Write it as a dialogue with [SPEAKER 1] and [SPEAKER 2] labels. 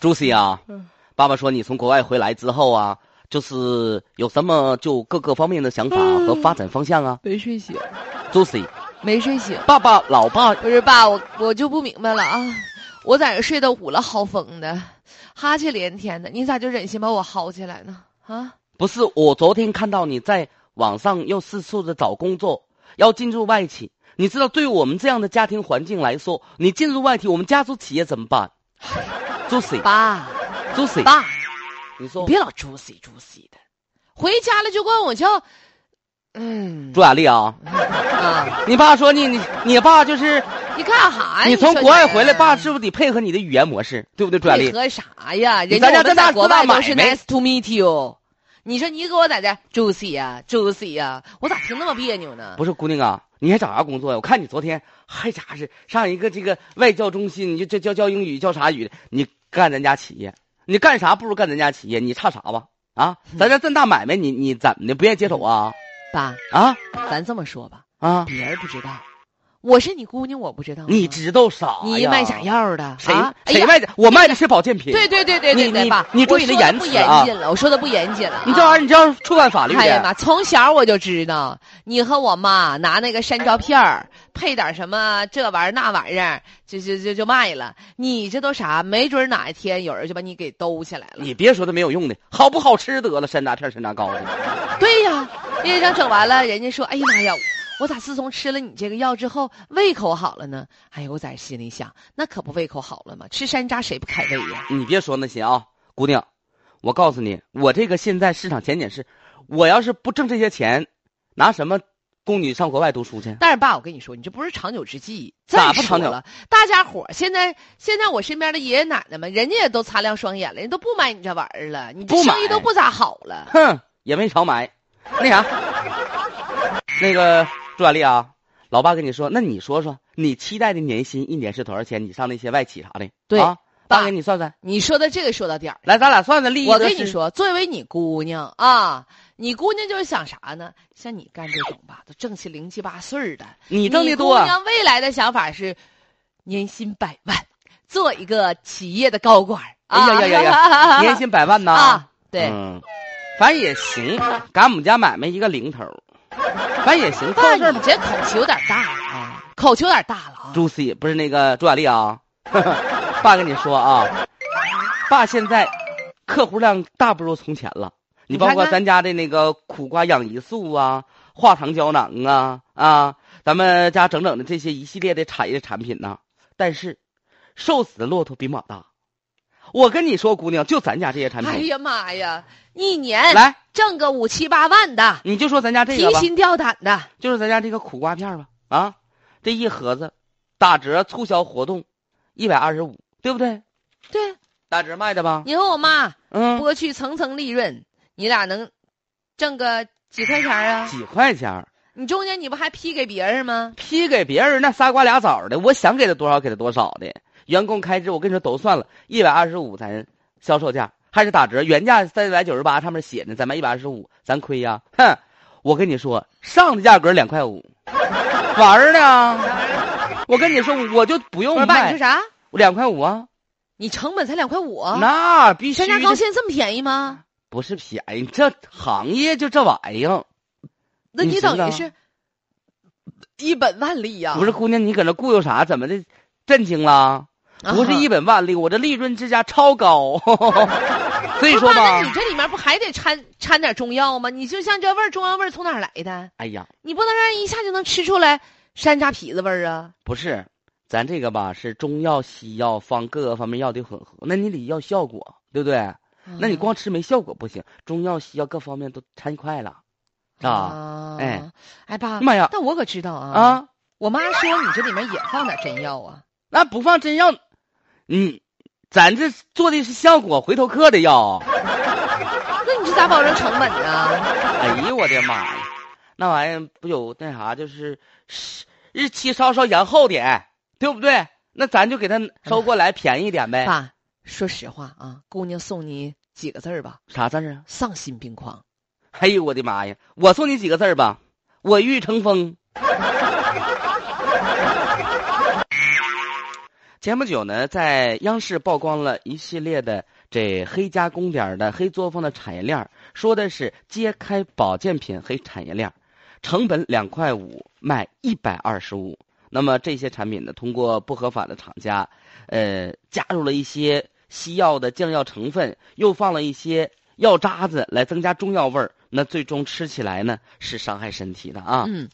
[SPEAKER 1] ，Juicy 啊，
[SPEAKER 2] 嗯
[SPEAKER 1] 爸爸说你从国外回来之后啊，就是有什么就各个方面的想法和发展方向啊、
[SPEAKER 2] 没睡醒，
[SPEAKER 1] j u i c y
[SPEAKER 2] 没睡醒。
[SPEAKER 1] 爸爸老爸
[SPEAKER 2] 不是爸，我我就不明白了啊！我在这睡到五了，好疯的，哈欠连天的，你咋就忍心把我薅起来呢？啊，
[SPEAKER 1] 不是我昨天看到你在网上又四处的找工作，要进入外企。你知道，对于我们这样的家庭环境来说，你进入外企，我们家族企业怎么办？Juicy，Juicy，
[SPEAKER 2] 爸爸，
[SPEAKER 1] 你说
[SPEAKER 2] 你别老猪西猪西的，回家了就管我叫，嗯
[SPEAKER 1] 朱雅丽啊，
[SPEAKER 2] 啊，
[SPEAKER 1] 你爸说你你你爸就是
[SPEAKER 2] 哎你干啥呀？
[SPEAKER 1] 你从
[SPEAKER 2] 说嗯
[SPEAKER 1] 国外回来，
[SPEAKER 2] 人
[SPEAKER 1] 爸是不是得配合你的语言模式，对不对，朱雅
[SPEAKER 2] 配
[SPEAKER 1] 丽？
[SPEAKER 2] 合啥呀？
[SPEAKER 1] 你
[SPEAKER 2] 人
[SPEAKER 1] 咱
[SPEAKER 2] 家
[SPEAKER 1] 家在
[SPEAKER 2] 我们
[SPEAKER 1] 大
[SPEAKER 2] 在国
[SPEAKER 1] 大
[SPEAKER 2] 外
[SPEAKER 1] 买
[SPEAKER 2] 都是
[SPEAKER 1] 卖
[SPEAKER 2] nice to meet you。你说你给我在这 juicy 呀、juicy 呀、我咋听那么别扭呢？
[SPEAKER 1] 不是姑娘啊，你还找啥工作呀？我看你昨天还家是上一个这个外教中心，你就教教教英语，教啥语的？你干咱家企业，你干啥不如干咱家企业？你差啥吧？啊，
[SPEAKER 2] 嗯
[SPEAKER 1] 咱家这么大买卖，你你怎么的不愿意接手啊？
[SPEAKER 2] 爸，
[SPEAKER 1] 啊
[SPEAKER 2] 咱这么说吧，
[SPEAKER 1] 啊，
[SPEAKER 2] 别人不知道，我是你姑娘，我不知道吗。
[SPEAKER 1] 你知道啥呀？
[SPEAKER 2] 你卖假？药的？
[SPEAKER 1] 谁
[SPEAKER 2] 啊、哎
[SPEAKER 1] 谁
[SPEAKER 2] 呀
[SPEAKER 1] 卖的？我卖的是保健品。
[SPEAKER 2] 对对对对
[SPEAKER 1] 你
[SPEAKER 2] 对对
[SPEAKER 1] 你
[SPEAKER 2] 吧？
[SPEAKER 1] 你注
[SPEAKER 2] 我
[SPEAKER 1] 意你的
[SPEAKER 2] 说得
[SPEAKER 1] 言
[SPEAKER 2] 不
[SPEAKER 1] 辞
[SPEAKER 2] 严
[SPEAKER 1] 啊
[SPEAKER 2] 谨了，我说的不严谨了。
[SPEAKER 1] 你这玩意儿，
[SPEAKER 2] 意
[SPEAKER 1] 你这要触犯法律
[SPEAKER 2] 哎呀
[SPEAKER 1] 的。
[SPEAKER 2] 妈！从小我就知道，你和我妈拿那个山楂片儿配点什么这玩意儿那玩意儿，就就就就卖了。你这都啥？没准哪一天有人就把你给兜起来了。
[SPEAKER 1] 你别说它没有用的，好不好吃得了？山楂片、山楂糕的，
[SPEAKER 2] 对呀，那张整完了，人家说：“哎呀妈呀，我咋自从吃了你这个药之后，胃口好了呢？”哎呀，我在心里想，那可不胃口好了吗？吃山楂谁不开胃呀？
[SPEAKER 1] 你别说那些啊，姑娘，我告诉你，我这个现在市场前景是，我要是不挣这些钱，拿什么供你上国外读书去？
[SPEAKER 2] 但是爸，我跟你说，你这不是长久之计。
[SPEAKER 1] 咋
[SPEAKER 2] 再
[SPEAKER 1] 不
[SPEAKER 2] 说
[SPEAKER 1] 长久
[SPEAKER 2] 了？大家伙儿现在现在我身边的爷爷奶奶们，人家也都擦亮双眼了，人都不买你这玩意儿了，你这
[SPEAKER 1] 不买
[SPEAKER 2] 生意都不咋好了。
[SPEAKER 1] 哼，也没少买。那啥，那个朱雅丽啊，老爸跟你说，那你说说，你期待的年薪一年是多少钱？你上那些外企啥的？
[SPEAKER 2] 对
[SPEAKER 1] 啊，爸
[SPEAKER 2] 爸
[SPEAKER 1] 给你算算，
[SPEAKER 2] 你说的这个说到点儿上
[SPEAKER 1] 来，咱俩算算利益。
[SPEAKER 2] 我跟你，说，作为你姑娘啊，你姑娘就是想啥呢？像你干这种吧，都正气零七八碎儿的，
[SPEAKER 1] 你挣的多啊
[SPEAKER 2] 姑，娘未来的想法是年薪百万，做一个企业的高管儿。
[SPEAKER 1] 哎呀
[SPEAKER 2] 啊
[SPEAKER 1] 呀 呀年薪百万呐。
[SPEAKER 2] 啊，对，
[SPEAKER 1] 嗯，反正也行，赶我们家买卖一个零头，反正也行，
[SPEAKER 2] 爸，
[SPEAKER 1] 凑事儿
[SPEAKER 2] 你这口气有点大了啊，口气有点大了啊。
[SPEAKER 1] Juicy 不是那个朱雅丽啊， 爸跟你说啊，爸现在客户量大不如从前了。你
[SPEAKER 2] 你
[SPEAKER 1] 包
[SPEAKER 2] 看
[SPEAKER 1] 括
[SPEAKER 2] 看
[SPEAKER 1] 咱家的那个苦瓜养胰素啊、化糖胶囊啊啊，咱们家整整的这些一系列的产业产品呐、但是，瘦死的骆驼比马大。我跟你说，姑娘，就咱家这些产
[SPEAKER 2] 哎
[SPEAKER 1] 品，
[SPEAKER 2] 呀妈哎呀，一年
[SPEAKER 1] 来，
[SPEAKER 2] 挣个五七八万的，
[SPEAKER 1] 你就说咱家这个
[SPEAKER 2] 提
[SPEAKER 1] 吧，
[SPEAKER 2] 心吊胆的，
[SPEAKER 1] 就是咱家这个苦瓜片儿吧，啊，这一盒子打折促销活动一百二十五，对不对？
[SPEAKER 2] 对
[SPEAKER 1] 打折卖的吧？
[SPEAKER 2] 你和我妈
[SPEAKER 1] 嗯，
[SPEAKER 2] 剥去层层利润，你俩能挣个几块钱儿啊？
[SPEAKER 1] 几块钱儿
[SPEAKER 2] 你中间你不还批给别人吗？
[SPEAKER 1] 批给别人那仨瓜俩枣儿的，我想给他多少给他多少的。员工开支我跟你说都算了，一百二十五咱销售价还是打折，原价三百九十八，上面写呢，咱卖一百二十五，咱亏呀、哼，我跟你说，上的价格两块五，玩儿呢。我跟你说，我就不用
[SPEAKER 2] 我说爸，你说
[SPEAKER 1] 卖
[SPEAKER 2] 啥？
[SPEAKER 1] 两块五啊，
[SPEAKER 2] 你成本才两块五？
[SPEAKER 1] 那必须
[SPEAKER 2] 山楂糕
[SPEAKER 1] 的
[SPEAKER 2] 现在这么便宜吗？
[SPEAKER 1] 不是便宜，这行业就这玩意儿。
[SPEAKER 2] 那
[SPEAKER 1] 你
[SPEAKER 2] 你
[SPEAKER 1] 知
[SPEAKER 2] 等
[SPEAKER 1] 道
[SPEAKER 2] 于是一本万利呀、
[SPEAKER 1] 不是姑娘，你搁那雇悠啥？怎么的？震惊了？
[SPEAKER 2] 啊，
[SPEAKER 1] 不是一本万利，我这利润之家超 高，所以
[SPEAKER 2] 不是
[SPEAKER 1] 说
[SPEAKER 2] 爸，
[SPEAKER 1] 吧
[SPEAKER 2] 那你，这里面不还得掺掺点中药吗？你就像这味儿，中药味儿从哪儿来的？
[SPEAKER 1] 哎呀，
[SPEAKER 2] 你不能让人一下就能吃出来山楂皮子味儿啊！
[SPEAKER 1] 不是，咱这个吧是中药、西药方各个方面药的混合，那你得要效果，对不对？那你
[SPEAKER 2] 嗯
[SPEAKER 1] 光吃没效果不行，中药、西药各方面都掺一块了，啊，
[SPEAKER 2] 啊，
[SPEAKER 1] 哎
[SPEAKER 2] 哎爸，
[SPEAKER 1] 妈呀
[SPEAKER 2] 但我可知道啊！
[SPEAKER 1] 啊，
[SPEAKER 2] 我妈说你这里面也放点真药啊！
[SPEAKER 1] 那不放真药，你，咱这做的是效果回头客的药，
[SPEAKER 2] 那你这咋保证成本呢？
[SPEAKER 1] 哎呦我的妈呀，那玩意儿不有那啥，就是日日期稍稍延后点，对不对？那咱就给它收过来，便宜点呗。
[SPEAKER 2] 爸，说实话啊，姑娘送你几个字儿吧，
[SPEAKER 1] 啥字儿啊？
[SPEAKER 2] 丧心病狂。
[SPEAKER 1] 哎呦我的妈呀！我送你几个字儿吧，我欲乘风。前不久呢，在央视曝光了一系列的这黑加工点儿的黑作坊的产业链儿，说的是揭开保健品黑产业链儿，成本两块五卖一百二十五。那么这些产品呢，通过不合法的厂家，呃，加入了一些西药的降药成分，又放了一些药渣子来增加中药味儿，那最终吃起来呢是伤害身体的啊。
[SPEAKER 2] 嗯。